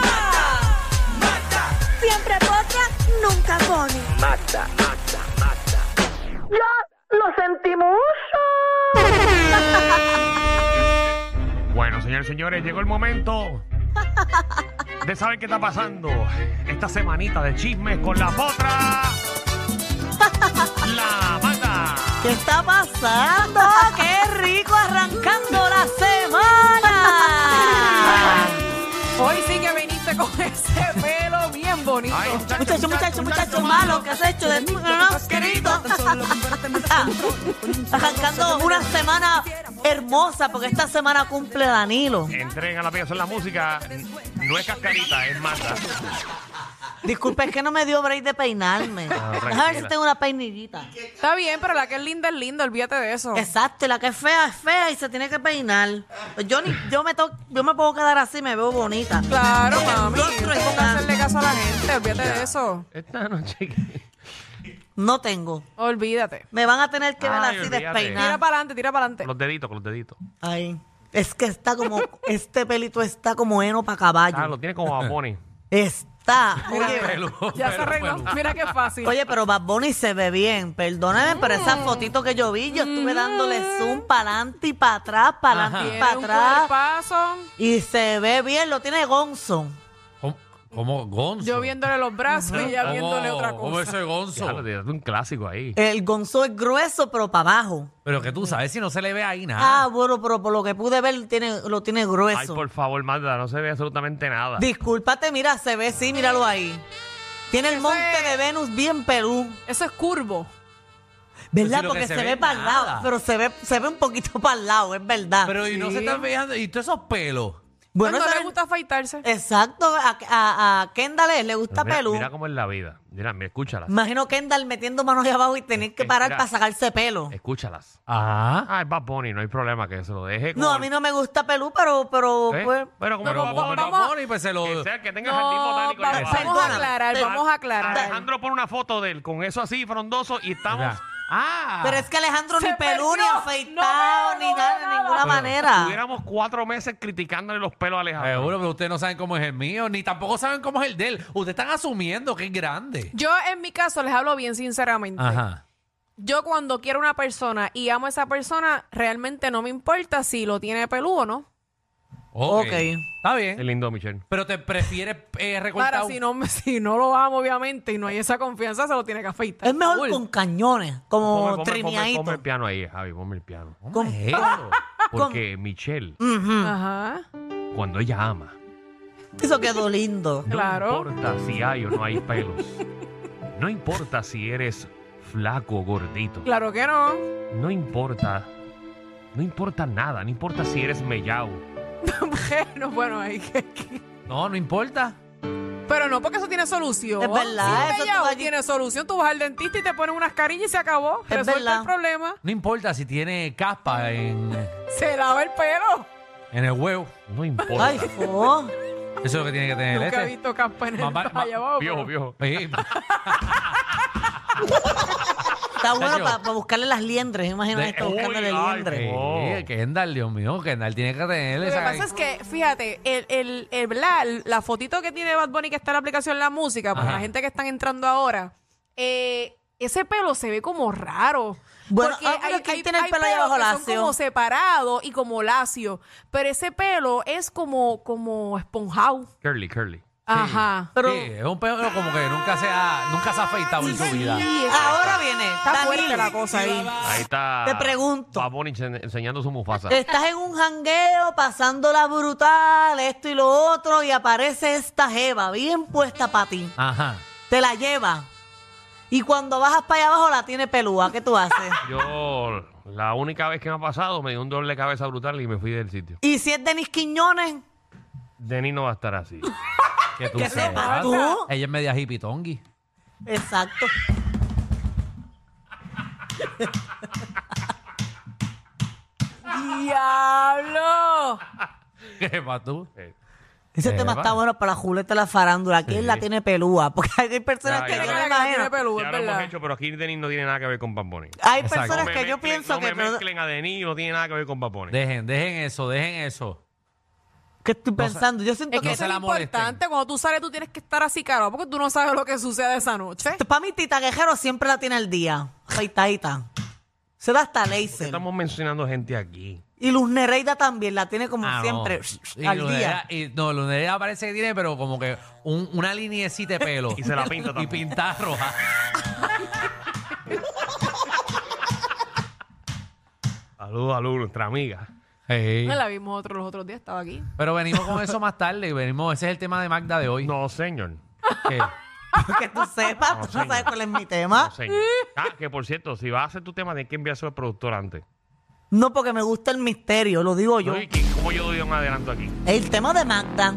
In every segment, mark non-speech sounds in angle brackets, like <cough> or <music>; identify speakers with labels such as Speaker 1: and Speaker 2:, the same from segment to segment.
Speaker 1: ¡Mata! ¡Mata! Siempre potra, nunca pone.
Speaker 2: Bueno, señores, señores, llegó el momento de saber qué está pasando esta semanita de chismes con la potra. La mata.
Speaker 3: ¿Qué está pasando? ¡Qué rico arrancando la semana!
Speaker 4: Hoy sí que viniste con ese pelo bien bonito.
Speaker 2: Ay,
Speaker 3: Muchacho, muchacho, muchacho malo, ¿qué has hecho de mí? querido? Arrancando una semana hermosa, porque esta semana cumple Danilo.
Speaker 2: Entren a la pieza en la música. No es cascarita, es mata.
Speaker 3: Disculpe, es que no me dio break de peinarme. Déjame
Speaker 2: Ah,
Speaker 3: ver si
Speaker 2: tranquila.
Speaker 3: tengo una peinillita.
Speaker 4: Está bien, pero la que es linda es linda, olvídate de eso.
Speaker 3: Exacto, y la que es fea es fea y se tiene que peinar. Pues Yo ni, yo me to- yo me puedo quedar así, me veo bonita.
Speaker 4: Claro, mami.
Speaker 3: Yo creo
Speaker 4: No
Speaker 3: que-
Speaker 4: hay que hacerle caso a la gente, olvídate de eso.
Speaker 2: Esta noche.
Speaker 3: No tengo.
Speaker 4: Olvídate.
Speaker 3: Me van a tener que ver
Speaker 2: Ay,
Speaker 3: así
Speaker 2: olvídate.
Speaker 4: Tira
Speaker 3: despeinada.
Speaker 4: para adelante, tira para adelante.
Speaker 2: Los deditos, con los deditos.
Speaker 3: Ay, es que está como, <laughs> este pelito está como heno para
Speaker 2: Ah, lo
Speaker 3: caballo.
Speaker 2: tiene como a Bonnie.
Speaker 3: Está.
Speaker 2: <laughs>
Speaker 3: Oye,
Speaker 2: Pelu,
Speaker 4: Ya se
Speaker 2: pelu,
Speaker 4: arregló.
Speaker 2: pelu.
Speaker 4: Mira qué fácil.
Speaker 3: oye, pero Bad Bunny se ve bien. Perdóname, pero
Speaker 4: Mm.
Speaker 3: esa fotito que yo vi, yo estuve dándole zoom para adelante y para atrás, para adelante y
Speaker 4: Tiene
Speaker 3: para
Speaker 4: un
Speaker 3: atrás.
Speaker 4: cuerpazo.
Speaker 3: Y se ve bien, lo tiene Gonzo.
Speaker 5: ¿Cómo, cómo Gonzo?
Speaker 4: Yo viéndole los brazos y ella
Speaker 5: ¿Cómo-
Speaker 4: viéndole otra
Speaker 5: Oh, ¿Cómo
Speaker 4: cosa.
Speaker 5: ese Gonzo?
Speaker 2: Ya, lo tiraste un clásico ahí.
Speaker 3: El Gonzo es grueso, pero para abajo.
Speaker 5: Pero que tú sabes si no se le ve ahí nada.
Speaker 3: Ah, bueno, pero por lo que pude ver, tiene, lo tiene
Speaker 2: Ay,
Speaker 3: grueso.
Speaker 2: por favor, Magda, no se ve absolutamente nada.
Speaker 3: Discúlpate, mira, se ve, sí, míralo ahí. Tiene el monte de Venus bien Perú.
Speaker 4: Eso es curvo.
Speaker 3: ¿Verdad?
Speaker 5: si lo
Speaker 3: Porque
Speaker 5: que
Speaker 3: se,
Speaker 5: se
Speaker 3: ve
Speaker 5: ve
Speaker 3: para el lado,
Speaker 5: nada.
Speaker 3: pero se ve, se ve un poquito <laughs> para el lado, es verdad.
Speaker 5: pero y no se están fijando. ¿Y todos esos pelos?
Speaker 3: bueno,
Speaker 4: no
Speaker 3: eso
Speaker 4: le
Speaker 3: es- Eh,
Speaker 4: gusta afeitarse.
Speaker 3: exacto, a, a, a Kendall le gusta
Speaker 2: mira,
Speaker 3: pelú.
Speaker 2: mira cómo es la vida. Mira, mira, escúchalas.
Speaker 3: Imagino Kendall metiendo manos ahí abajo y tener que
Speaker 2: Eh,
Speaker 3: parar
Speaker 2: mira.
Speaker 3: para sacarse pelo.
Speaker 2: Escúchalas.
Speaker 5: Ah.
Speaker 2: Ah, es Bad Bunny, no hay problema que se lo deje.
Speaker 3: No,
Speaker 2: como-
Speaker 3: a mí no me gusta pelú, pero, pero
Speaker 2: ¿Eh?
Speaker 3: pues,
Speaker 2: Pero como
Speaker 5: Pero
Speaker 2: Bad
Speaker 5: como
Speaker 2: Bunny-
Speaker 5: Bad
Speaker 4: vamos a-
Speaker 5: Bunny, pues se lo...
Speaker 2: Que sea el que tenga el jardín
Speaker 4: No,
Speaker 2: botánico. Ah, ahí
Speaker 4: va-
Speaker 2: abajo.
Speaker 4: vamos a
Speaker 3: Perdóname.
Speaker 4: aclarar,
Speaker 3: Pero-
Speaker 4: vamos a aclarar.
Speaker 2: Alejandro pone una foto de él con eso así frondoso y estamos.
Speaker 5: Mira. Ah.
Speaker 3: pero es que Alejandro
Speaker 4: Se
Speaker 3: ni pelú,
Speaker 4: perdió.
Speaker 3: ni
Speaker 4: No
Speaker 3: afeitado,
Speaker 4: veo,
Speaker 3: ni
Speaker 4: no
Speaker 3: nada,
Speaker 4: veo
Speaker 3: de
Speaker 4: nada.
Speaker 3: ninguna
Speaker 4: Pero
Speaker 3: manera.
Speaker 2: Tuviéramos cuatro meses criticándole los pelos a Alejandro.
Speaker 5: Seguro, pero ustedes no saben cómo es el mío, ni tampoco saben cómo es el de él. Ustedes están asumiendo que es grande.
Speaker 4: Yo en mi caso les hablo bien sinceramente.
Speaker 5: Ajá.
Speaker 4: Yo cuando quiero una persona y amo a esa persona, realmente no me importa si lo tiene peludo o no.
Speaker 3: Ok.
Speaker 5: Está
Speaker 2: Qué
Speaker 5: bien.
Speaker 2: lindo, Michelle.
Speaker 5: Pero te prefieres eh, recortar
Speaker 4: Claro,
Speaker 5: un-
Speaker 4: si no, me- <laughs> si no lo amo, obviamente, y no hay esa confianza, se lo tiene que afeitar.
Speaker 3: Es mejor
Speaker 4: Full.
Speaker 3: con cañones,
Speaker 2: Ponme,
Speaker 3: como
Speaker 2: ponme, ponme-
Speaker 3: trineadito.
Speaker 2: ponme el piano ahí, Javi, ponme el piano.
Speaker 5: ¿Cómo
Speaker 3: con-
Speaker 5: es eso?
Speaker 3: Ah,
Speaker 2: Porque Michelle,
Speaker 3: Ujú.
Speaker 4: Ajá,
Speaker 2: cuando ella ama,
Speaker 3: Eso quedó lindo.
Speaker 2: no
Speaker 4: Claro.
Speaker 2: importa si hay o no hay pelos. No importa si eres flaco o gordito.
Speaker 4: claro que no. <laughs>
Speaker 2: No importa. No importa nada. No importa si eres mellao.
Speaker 4: bueno, bueno, hay que... que-
Speaker 5: No, no importa.
Speaker 4: Pero no, porque eso tiene solución.
Speaker 3: Es verdad,
Speaker 4: Si
Speaker 3: eso
Speaker 4: un
Speaker 3: tú
Speaker 4: mellao
Speaker 3: vas-
Speaker 4: tiene solución. Tú vas al dentista y te ponen unas carillas y se acabó.
Speaker 3: Es
Speaker 4: Resuelve
Speaker 3: verdad.
Speaker 4: el problema.
Speaker 5: No importa si tiene caspa en,
Speaker 4: Se lava el pelo.
Speaker 5: en el huevo.
Speaker 2: No importa.
Speaker 3: Ay, oh.
Speaker 5: Eso es lo que tiene que tener
Speaker 4: Nunca he
Speaker 5: este.
Speaker 4: visto campa en el
Speaker 5: Mamá- ma-
Speaker 4: allá abajo,
Speaker 2: viejo,
Speaker 4: pero-
Speaker 2: viejo. <laughs>
Speaker 5: Sí.
Speaker 3: Está bueno
Speaker 5: Chacho.
Speaker 3: para buscarle las liendres, imagínate,
Speaker 5: De-
Speaker 3: está buscándole
Speaker 2: Uy, ay,
Speaker 3: liendres.
Speaker 2: qué-
Speaker 5: Sí, Kendall, Dios mío, Kendall tiene que tener
Speaker 4: Lo que
Speaker 5: esa-
Speaker 4: pasa es que, fíjate, el, el, el- ¿verdad? la fotito que tiene Bad Bunny que está en la aplicación La Música, para
Speaker 5: Ajá.
Speaker 4: la gente que están entrando ahora, eh, ese pelo se ve como raro.
Speaker 3: Bueno, ah, pero ¿quién tiene el pelo ahí
Speaker 4: pelos
Speaker 3: abajo
Speaker 4: que son
Speaker 3: lacio?
Speaker 4: como separado y como lacio, pero ese pelo es como, como esponjado.
Speaker 2: Curly, curly.
Speaker 4: Ajá.
Speaker 3: Pero
Speaker 5: Sí, es un pelo como que nunca se ha, nunca se ha afeitado en su vida.
Speaker 4: Sí, está-
Speaker 3: ahora viene.
Speaker 4: está fuerte
Speaker 3: Danilo,
Speaker 4: la cosa ahí.
Speaker 2: Ahí está.
Speaker 3: Te pregunto.
Speaker 2: Bad Bunny ense- enseñando su mufasa.
Speaker 3: Estás en un jangueo, pasándola brutal, esto y lo otro, y aparece esta jeva bien puesta para ti.
Speaker 5: Ajá.
Speaker 3: Te la lleva. Y cuando bajas para allá abajo la tiene pelúa. ¿Qué tú haces?
Speaker 2: Yo, la única vez que me ha pasado, me dio un dolor de cabeza brutal y me fui del sitio.
Speaker 3: y si es Denis Quiñones, <laughs>
Speaker 2: Denis no va a estar así.
Speaker 5: Que tú
Speaker 3: ¿Qué se
Speaker 5: sepas.
Speaker 3: mató?
Speaker 5: Ella es media hippie tongi.
Speaker 3: Exacto.
Speaker 4: ¡Diablo!
Speaker 5: <laughs> ¿Qué pa' tú?
Speaker 3: Ese
Speaker 5: Eva.
Speaker 3: tema está bueno para la Juleta de la farándula. ¿Quién la tiene pelúa? Porque hay personas
Speaker 2: Ya,
Speaker 3: que
Speaker 2: ya.
Speaker 3: yo
Speaker 4: Tiene
Speaker 3: no
Speaker 4: cara
Speaker 3: me
Speaker 4: que tiene
Speaker 3: imagino.
Speaker 4: pelú,
Speaker 2: Ya
Speaker 4: es
Speaker 2: lo hemos
Speaker 4: verdad.
Speaker 2: hecho, pero Kid Denis no tiene nada que ver con Bad Bunny.
Speaker 3: Hay
Speaker 5: Exacto.
Speaker 3: personas
Speaker 2: No
Speaker 3: que
Speaker 2: me
Speaker 3: yo
Speaker 2: mezclen-
Speaker 3: pienso
Speaker 2: no
Speaker 3: que,
Speaker 2: me
Speaker 3: produ-
Speaker 2: mezclen a Denis, no tiene nada que ver con Bad Bunny.
Speaker 5: Dejen, dejen eso, dejen eso.
Speaker 3: que estoy
Speaker 5: sé.
Speaker 3: pensando. Yo siento
Speaker 4: Es que
Speaker 5: No
Speaker 3: que
Speaker 4: eso
Speaker 5: se
Speaker 4: es
Speaker 5: la molesten.
Speaker 4: importante. Cuando tú sales, tú tienes que estar así caro porque tú no sabes lo que sucede esa noche.
Speaker 3: para mí Tita Guerrero siempre la tiene al día. Feitaita. Se da hasta laser.
Speaker 2: Estamos mencionando gente aquí.
Speaker 3: Y Luz Nereida también la tiene como
Speaker 5: Ah, no.
Speaker 3: siempre
Speaker 5: Y
Speaker 3: al
Speaker 5: Lunera-
Speaker 3: <laughs> día.
Speaker 5: y- no, Lunera parece que tiene, pero como que un- una liniecita de pelo.
Speaker 2: <laughs> Y se la pinta
Speaker 5: <laughs> Y
Speaker 2: también.
Speaker 5: pinta roja.
Speaker 2: Saludos a Lu, nuestra amiga.
Speaker 5: Ey.
Speaker 4: No la vimos otro, los otros días, estaba aquí. <laughs>
Speaker 5: Pero venimos con eso más tarde. Venimos, ese es el tema de Magda de hoy.
Speaker 2: No, señor.
Speaker 5: ¿Qué?
Speaker 3: Porque tú sepas, tú no
Speaker 2: señor.
Speaker 3: sabes cuál es mi
Speaker 2: No,
Speaker 3: tema.
Speaker 2: señor. Ah, que por cierto, si vas a hacer tu tema, tienes que enviar al productor antes.
Speaker 3: No porque me gusta el misterio, lo digo yo.
Speaker 2: No, ¿y qué- ¿Cómo yo doy un adelanto aquí?
Speaker 3: El tema de Magda.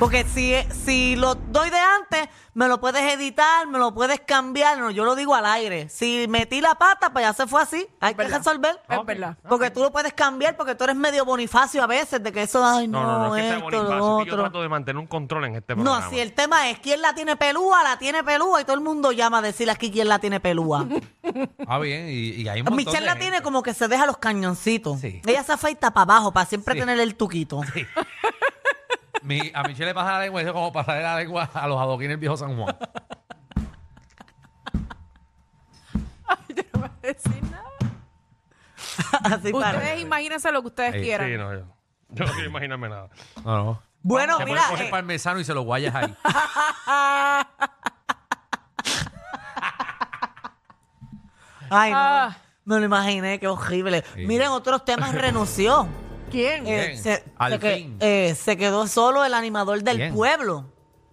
Speaker 3: Porque si, si lo doy de antes, me lo puedes editar, me lo puedes cambiar. No, yo lo digo al aire. Si metí la pata, pues ya se fue así. Hay que
Speaker 4: verdad.
Speaker 3: resolver.
Speaker 4: Es verdad.
Speaker 3: Porque tú lo puedes cambiar porque tú eres medio bonifacio a veces de que eso, ay, no,
Speaker 2: No, no, no, es que sea
Speaker 3: esto,
Speaker 2: bonito.
Speaker 3: lo
Speaker 2: Así que yo
Speaker 3: otro.
Speaker 2: trato de mantener un control en este
Speaker 3: No,
Speaker 2: programa.
Speaker 3: si el tema es quién la tiene pelúa, la tiene pelúa y todo el mundo llama a decirle aquí quién la tiene
Speaker 2: <laughs>
Speaker 3: pelúa.
Speaker 5: Ah, bien, y, y hay un montón
Speaker 3: Michelle
Speaker 5: de
Speaker 3: la
Speaker 5: gente.
Speaker 3: tiene como que se deja los cañoncitos.
Speaker 5: Sí.
Speaker 3: Ella se afeita para abajo para siempre
Speaker 5: Sí.
Speaker 3: tener el tuquito. <laughs>
Speaker 5: Mi- a Michelle le pasa la lengua, eso es como pasarle la lengua a los adoquines del viejo San Juan.
Speaker 4: Yo no voy a decir nada.
Speaker 3: Así para.
Speaker 4: Ustedes imagínense lo que ustedes
Speaker 5: Ey,
Speaker 4: quieran.
Speaker 2: Sí, no, yo, yo no quiero imaginarme nada.
Speaker 5: No, no.
Speaker 3: Bueno,
Speaker 5: Se puede
Speaker 3: mira,
Speaker 5: coger
Speaker 3: eh,
Speaker 5: parmesano y se lo guayas ahí.
Speaker 3: Ay, no.
Speaker 4: Ah.
Speaker 3: Me lo imaginé, qué horrible.
Speaker 5: Sí.
Speaker 3: Miren, otros
Speaker 5: <laughs>
Speaker 3: temas renunció.
Speaker 4: ¿Quién?
Speaker 3: Eh,
Speaker 5: Bien,
Speaker 3: se,
Speaker 5: al
Speaker 3: se que-
Speaker 5: fin.
Speaker 3: eh, se quedó solo el animador del
Speaker 5: Bien.
Speaker 3: pueblo.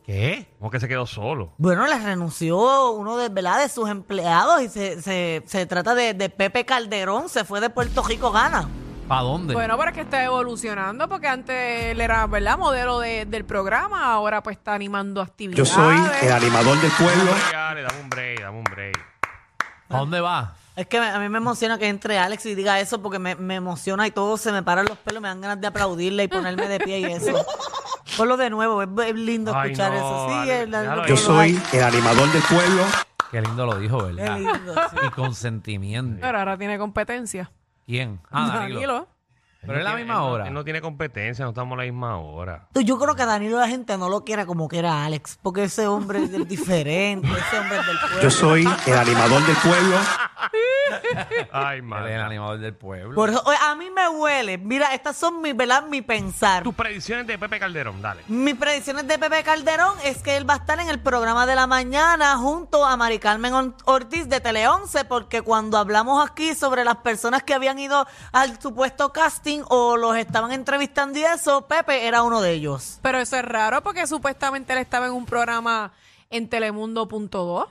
Speaker 5: ¿Qué?
Speaker 2: ¿Cómo que se quedó solo?
Speaker 3: Bueno, les renunció uno de, ¿verdad? de sus empleados y se, se- se trata de, de Pepe Calderón, se fue de Puerto Rico, gana.
Speaker 5: ¿Para dónde?
Speaker 4: Bueno, pero es que está evolucionando porque antes él era, ¿verdad? Modelo de- del programa, ahora pues está animando
Speaker 6: Yo
Speaker 4: actividades.
Speaker 6: soy el animador del pueblo.
Speaker 2: Dale, dame un break, dame un break.
Speaker 5: ¿A dónde va?
Speaker 3: Es que me- a mí me emociona que entre Alex y diga eso porque me, me emociona y todo se me paran los pelos, me dan ganas de aplaudirle y ponerme de pie y
Speaker 5: <laughs>
Speaker 3: eso. Ponlo de nuevo, es, es lindo
Speaker 2: Ay,
Speaker 3: escuchar
Speaker 2: no,
Speaker 3: eso. Sí,
Speaker 2: Alex,
Speaker 3: el- el-
Speaker 2: déjalo
Speaker 6: Yo
Speaker 3: el-
Speaker 6: soy el animador del pueblo.
Speaker 5: Qué lindo lo dijo,
Speaker 3: Qué
Speaker 5: ¿verdad?
Speaker 3: lindo, sí.
Speaker 5: Y consentimiento.
Speaker 4: Pero ahora tiene competencia.
Speaker 5: ¿Quién? Ah,
Speaker 4: <laughs>
Speaker 5: Danilo. Pero es la misma
Speaker 2: Él no-
Speaker 5: hora.
Speaker 2: Él no tiene competencia, no estamos a la misma hora.
Speaker 3: Tú, Yo creo que a Danilo la gente no lo quiera como que era Alex, porque ese hombre es del
Speaker 6: <laughs>
Speaker 3: diferente, ese hombre es del pueblo.
Speaker 6: Yo soy el animador del pueblo.
Speaker 2: Ay,
Speaker 5: Él es el
Speaker 2: madre.
Speaker 5: animador del pueblo.
Speaker 3: Por eso, oye, a mí me huele. Mira, estas son mis, ¿verdad? Mi pensar.
Speaker 2: Tus predicciones de Pepe Calderón, dale.
Speaker 3: Mis predicciones de Pepe Calderón es que él va a estar en el programa de la mañana junto a Mari Carmen On- Ortiz de Tele 11, porque cuando hablamos aquí sobre las personas que habían ido al supuesto casting o los estaban entrevistando y eso, Pepe era uno de ellos.
Speaker 4: Pero eso es raro porque supuestamente él estaba en un programa en Telemundo.2.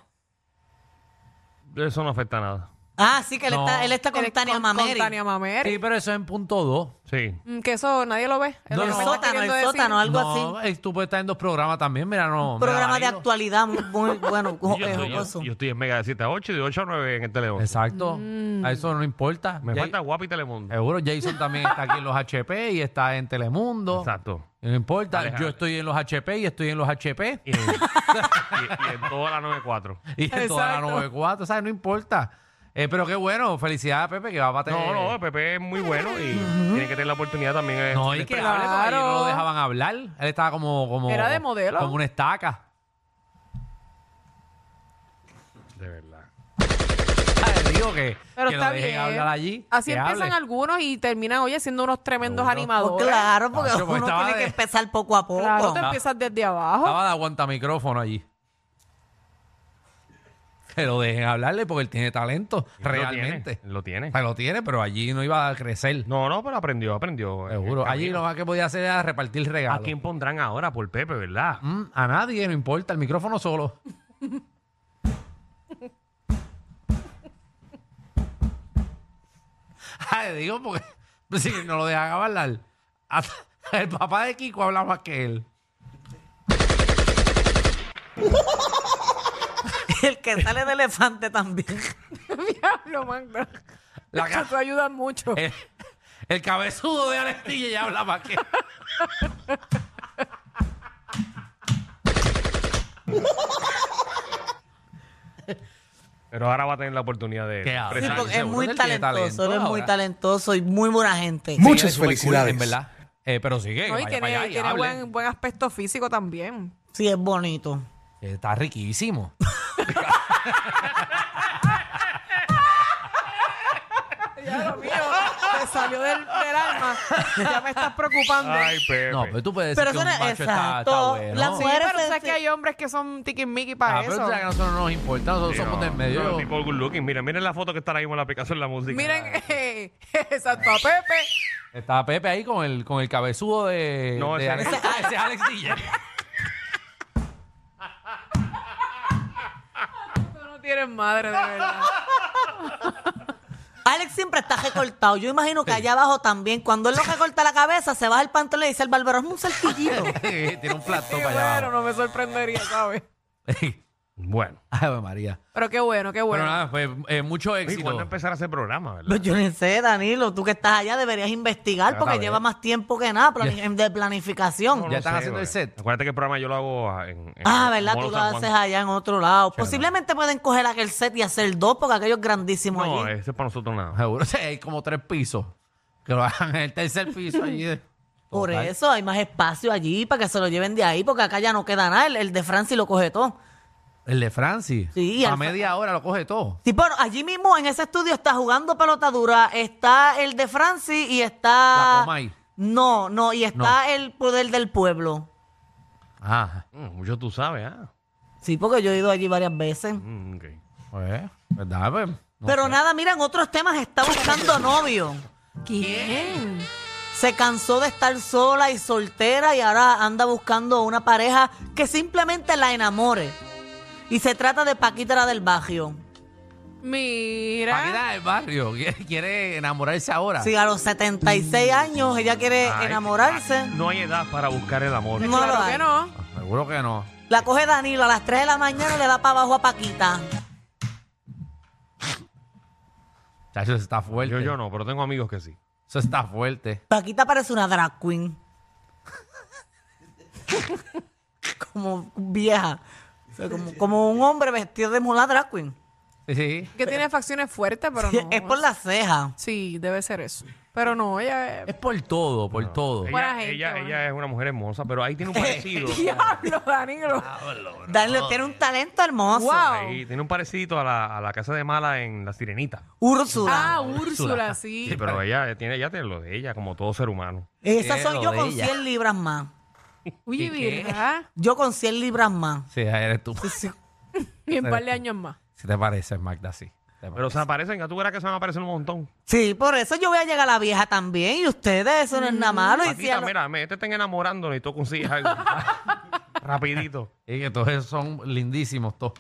Speaker 2: Eso no afecta a nada.
Speaker 3: Ah, sí, que él,
Speaker 5: No.
Speaker 3: está, él está con
Speaker 4: Él es
Speaker 3: Tania Mameri.
Speaker 4: Con Tania Mameri.
Speaker 5: Sí, pero eso es en punto 2.
Speaker 2: Sí.
Speaker 4: Mm, Que eso nadie lo ve. Es
Speaker 5: No,
Speaker 4: lo que
Speaker 3: El
Speaker 5: no.
Speaker 4: me está
Speaker 3: sótano, el
Speaker 4: queriendo decir.
Speaker 3: sótano, algo
Speaker 5: no,
Speaker 3: así.
Speaker 5: eh, tú puedes estar en dos programas también, mira, no.
Speaker 3: Un
Speaker 5: mira,
Speaker 3: programa de
Speaker 5: Danilo.
Speaker 3: actualidad muy,
Speaker 5: <laughs>
Speaker 3: muy bueno, jo-
Speaker 2: yo,
Speaker 3: eh,
Speaker 2: estoy- yo-
Speaker 3: jocoso.
Speaker 2: yo estoy en Mega de 7 a 8 y de 8 a 9 en el Telemundo.
Speaker 5: Exacto.
Speaker 3: Mm.
Speaker 5: A eso no importa.
Speaker 2: Me
Speaker 5: Ya-
Speaker 2: falta guapo y Telemundo.
Speaker 5: Seguro, Jason también está aquí en los HP y está en Telemundo.
Speaker 2: Exacto.
Speaker 5: No importa,
Speaker 2: Alejandro.
Speaker 5: yo estoy en los HP y estoy en los HP
Speaker 2: Y en, y- y en toda la 94.
Speaker 5: y en toda la
Speaker 4: Exacto.
Speaker 5: 94, ¿sabes? No importa. Eh, pero qué bueno, felicidades a Pepe que va a tener.
Speaker 2: No, no, Pepe es muy bueno y tiene que tener la oportunidad también. eh,
Speaker 5: No, y
Speaker 2: de-
Speaker 5: que hable porque
Speaker 4: Claro.
Speaker 5: ellos no lo dejaban hablar. Él estaba como, como.
Speaker 4: Era de modelo.
Speaker 5: Como una estaca.
Speaker 2: De verdad.
Speaker 5: Ay, digo que,
Speaker 4: Pero
Speaker 5: que
Speaker 4: está
Speaker 5: lo dejen
Speaker 4: bien.
Speaker 5: hablar allí.
Speaker 4: Así
Speaker 5: que
Speaker 4: empiezan
Speaker 5: hable.
Speaker 4: algunos y terminan, oye, siendo unos tremendos
Speaker 5: Seguro.
Speaker 3: Pues
Speaker 4: animadores.
Speaker 3: claro, porque
Speaker 5: Nacho, pues
Speaker 3: uno
Speaker 5: estaba
Speaker 3: tiene que
Speaker 5: de-
Speaker 3: empezar poco a poco.
Speaker 4: Claro,
Speaker 5: Ah.
Speaker 4: te empiezas desde abajo.
Speaker 5: Estaba de aguantamicrófono allí. Que lo dejen hablarle porque él tiene talento,
Speaker 2: Lo tiene,
Speaker 5: realmente.
Speaker 2: Lo tiene.
Speaker 5: O sea, lo tiene, pero allí no iba a crecer.
Speaker 2: No, no, pero aprendió, aprendió. en el
Speaker 5: seguro. Allí
Speaker 2: camino.
Speaker 5: lo más que podía hacer era repartir
Speaker 2: ¿A
Speaker 5: regalos.
Speaker 2: quién pondrán ahora por Pepe, verdad?
Speaker 5: Mm, a nadie, no importa, el micrófono solo. <laughs> Ay, digo, porque pues, si no lo dejan hablar, hasta el papá de Kiko habla más que él.
Speaker 3: <laughs> El que sale de elefante también.
Speaker 4: <laughs> Diablo, manda.
Speaker 5: La ca-
Speaker 4: Esto te ayuda mucho.
Speaker 5: El, el cabezudo de Arestilla ya habla más que.
Speaker 2: Pero ahora va a tener la oportunidad de.
Speaker 5: ¿Qué hace?
Speaker 3: Sí,
Speaker 2: expresarse.
Speaker 5: Exacto,
Speaker 3: porque es
Speaker 5: seguro
Speaker 3: muy
Speaker 5: que él tiene
Speaker 3: talentoso,
Speaker 5: talento
Speaker 3: él es muy
Speaker 5: ahora.
Speaker 3: talentoso y muy buena gente.
Speaker 6: Muchas
Speaker 5: Sí, él es súper cool,
Speaker 6: felicidades.
Speaker 5: en verdad. Eh, pero sigue.
Speaker 4: No, y tiene,
Speaker 5: allá y
Speaker 4: tiene
Speaker 5: hable.
Speaker 4: buen, buen aspecto físico también.
Speaker 3: Sí, es bonito.
Speaker 5: Está riquísimo.
Speaker 4: Diablo mío, te salió del, del alma. Ya me estás preocupando.
Speaker 2: Ay, Pepe.
Speaker 5: No, pues, pero tú puedes
Speaker 3: Pero
Speaker 5: decir que
Speaker 3: eso
Speaker 5: un
Speaker 3: no es-
Speaker 5: macho está, está
Speaker 3: exacto.
Speaker 5: bueno.
Speaker 3: La
Speaker 4: Sí,
Speaker 3: mujer-
Speaker 4: pero tú
Speaker 3: Mujeres,
Speaker 4: sabes que
Speaker 3: sí.
Speaker 4: hay hombres que son tiquismiqui para
Speaker 5: Ah, pero tú
Speaker 4: eso.
Speaker 5: sabes que a nosotros no nos importa, nosotros
Speaker 2: Sí,
Speaker 5: somos
Speaker 2: no,
Speaker 5: del medio.
Speaker 2: no, tipo good looking. Miren, miren la foto que está ahora mismo en la aplicación de la música.
Speaker 4: Miren, eh, <laughs> exacto, a Pepe.
Speaker 5: Estaba Pepe ahí con el, con el cabezudo de.
Speaker 2: No,
Speaker 5: de
Speaker 2: ese-
Speaker 5: Alex, Ah, ese es Alex <laughs> Diller.
Speaker 4: Tú no tienes madre, de verdad.
Speaker 3: Alex siempre está recortado. Yo imagino que allá abajo también, cuando él lo recorta la cabeza, se baja el pantalón y dice al barbero, es un
Speaker 5: <laughs>
Speaker 3: cerquillito.
Speaker 5: Tiene un plato
Speaker 4: Sí,
Speaker 5: para
Speaker 4: bueno,
Speaker 5: allá.
Speaker 4: no me sorprendería, ¿sabes?
Speaker 5: abajo. <laughs>
Speaker 2: Bueno.
Speaker 5: Ave María.
Speaker 4: Pero qué bueno, qué
Speaker 5: Bueno,
Speaker 4: bueno.
Speaker 5: nada, pues eh, mucho
Speaker 2: Oye,
Speaker 5: éxito.
Speaker 2: ¿Cuándo empezará ese programa, verdad?
Speaker 3: Pues yo no sé, Danilo, tú que estás allá deberías investigar
Speaker 5: Ya,
Speaker 3: porque
Speaker 5: está
Speaker 3: lleva
Speaker 5: bien.
Speaker 3: más tiempo que nada plani- de planificación.
Speaker 2: No, no
Speaker 5: Ya están
Speaker 2: sé,
Speaker 5: haciendo el
Speaker 2: brother.
Speaker 5: set.
Speaker 2: Acuérdate que el programa yo lo hago en. en-
Speaker 3: Ah,
Speaker 2: en
Speaker 3: ¿verdad?
Speaker 2: Molo
Speaker 3: Tú lo
Speaker 2: San Juan.
Speaker 3: haces allá en otro lado. Posiblemente pueden coger aquel set y hacer dos porque aquello es grandísimo
Speaker 2: No,
Speaker 3: allí.
Speaker 2: ese es para nosotros nada.
Speaker 5: <laughs> Seguro sí, hay como tres pisos. Que lo hagan en el tercer piso allí. de-
Speaker 3: Por
Speaker 5: Total.
Speaker 3: eso hay más espacio allí para que se lo lleven de ahí porque acá ya no queda nada. El, el de Francis lo coge todo.
Speaker 5: El de Francis.
Speaker 3: Sí,
Speaker 5: A
Speaker 3: al-
Speaker 5: media hora lo coge todo.
Speaker 3: Sí, pero allí mismo en ese estudio está jugando pelota dura. Está el de Francis y está.
Speaker 5: La Comay.
Speaker 3: No, no, y está el poder del pueblo.
Speaker 5: Ajá.
Speaker 2: Mm, mucho tú sabes, ¿ah?
Speaker 3: Sí, porque yo he ido allí varias veces.
Speaker 2: Mm, ok.
Speaker 3: E-
Speaker 5: Pues, ¿verdad? Pues, no
Speaker 3: Pero
Speaker 5: sé.
Speaker 3: nada, mira, en otros temas está buscando novio.
Speaker 4: ¿Quién?
Speaker 3: Se cansó de estar sola y soltera y ahora anda buscando una pareja que simplemente la enamore. Y se trata de Paquita la del Barrio.
Speaker 4: Mira.
Speaker 5: Paquita del barrio. <laughs> quiere- Quiere enamorarse ahora.
Speaker 3: Sí, a los 76 años ella quiere
Speaker 2: Ay,
Speaker 3: enamorarse.
Speaker 2: No hay edad para buscar el amor.
Speaker 3: No
Speaker 4: claro
Speaker 3: lo hay.
Speaker 4: que no.
Speaker 5: Ah, Seguro que no.
Speaker 3: La coge Danilo a las 3 de la mañana y le da para abajo a Paquita.
Speaker 5: Chacho, eso está fuerte.
Speaker 2: Yo, yo no, pero tengo amigos que sí.
Speaker 5: Eso está fuerte.
Speaker 3: Paquita parece una drag queen. <laughs> como vieja. O sea, como, como un hombre vestido de una drag queen.
Speaker 5: Sí, sí.
Speaker 4: Que tiene facciones fuertes, pero no.
Speaker 3: es por las cejas.
Speaker 4: Sí, debe ser eso. Pero no, ella
Speaker 5: Es
Speaker 4: es...
Speaker 5: por todo, por todo.
Speaker 4: Buena
Speaker 2: Ella,
Speaker 4: gente,
Speaker 2: ella,
Speaker 4: buena
Speaker 2: ella es una mujer hermosa, pero ahí tiene
Speaker 3: <laughs>
Speaker 2: un parecido.
Speaker 4: Diablo, Danilo.
Speaker 3: Danilo tiene
Speaker 2: eh.
Speaker 3: un talento hermoso.
Speaker 4: wow.
Speaker 2: Ahí tiene un parecido a la, a la casa de Mala en La Sirenita.
Speaker 3: Úrsula.
Speaker 4: Ah, Úrsula, sí.
Speaker 2: Sí, pero ella tiene, ella tiene lo de ella, como todo ser humano.
Speaker 3: Esa
Speaker 5: qué
Speaker 3: soy yo con
Speaker 5: rodilla.
Speaker 3: 100 libras más.
Speaker 4: Oye,
Speaker 5: qué?
Speaker 4: ¿verdad?
Speaker 3: Yo con 100 libras más.
Speaker 5: Sí, ahí eres tú.
Speaker 4: Y en par de años más.
Speaker 5: Si te parece, Magda, sí. Te
Speaker 2: Pero
Speaker 5: parece.
Speaker 2: se aparecen, ya tú verás que se van a aparecer un montón.
Speaker 3: Sí, por eso yo voy a llegar a la vieja también. Y ustedes, eso no es nada malo. Y si pues a
Speaker 2: Paquita,
Speaker 3: lo-
Speaker 2: mira, me te estén enamorando y tú
Speaker 3: <laughs>
Speaker 2: consigues algo. Rapidito.
Speaker 5: Y que todos esos son lindísimos, todos.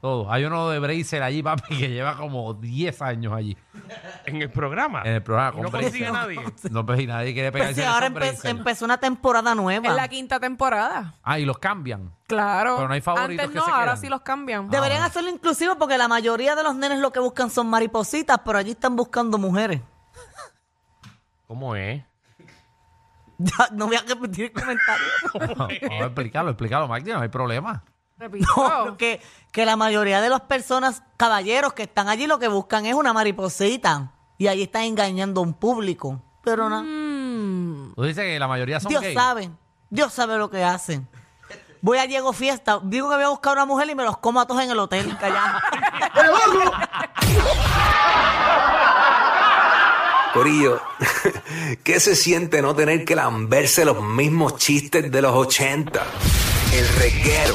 Speaker 5: Todos. Hay uno de Bracer allí, papi, que lleva como 10 años allí
Speaker 2: En el programa.
Speaker 5: en el programa.
Speaker 2: Y no
Speaker 5: con
Speaker 2: consigue
Speaker 5: Bracer.
Speaker 2: a nadie.
Speaker 5: No, pues y nadie quiere
Speaker 3: Pues
Speaker 5: pegarse
Speaker 3: si
Speaker 5: a
Speaker 3: ahora
Speaker 5: esos
Speaker 3: empe-
Speaker 5: Bracer.
Speaker 3: empezó una temporada
Speaker 4: Es la
Speaker 3: nueva.
Speaker 4: quinta temporada.
Speaker 5: Ah, y los
Speaker 2: <laughs>
Speaker 5: cambian.
Speaker 4: Claro.
Speaker 5: Pero no hay favoritos
Speaker 4: Antes
Speaker 5: que
Speaker 4: no,
Speaker 5: se
Speaker 4: ahora
Speaker 5: quedan.
Speaker 4: sí los cambian.
Speaker 3: Ah. Deberían hacerlo inclusivo porque la mayoría de los nenes lo que buscan son maripositas, pero allí están buscando mujeres. <laughs>
Speaker 2: ¿Cómo es?
Speaker 3: Ya, no voy a repetir el comentario.
Speaker 5: Vamos a explicarlo, explicarlo, Magda, no hay problema.
Speaker 4: Repito.
Speaker 3: No, que, que la mayoría de las personas, caballeros que están allí, lo que buscan es una mariposita. Y allí están engañando a un público. Pero nada.
Speaker 5: Tú dices que la mayoría son
Speaker 3: Dios
Speaker 5: gays.
Speaker 3: sabe, Dios sabe lo que hacen. Voy a Diego Fiesta, digo que voy a buscar una mujer y me los como a todos en el hotel, callado.
Speaker 7: Corillo, <laughs> ¿qué se siente no tener que lamberse los mismos chistes de los 80? El reguero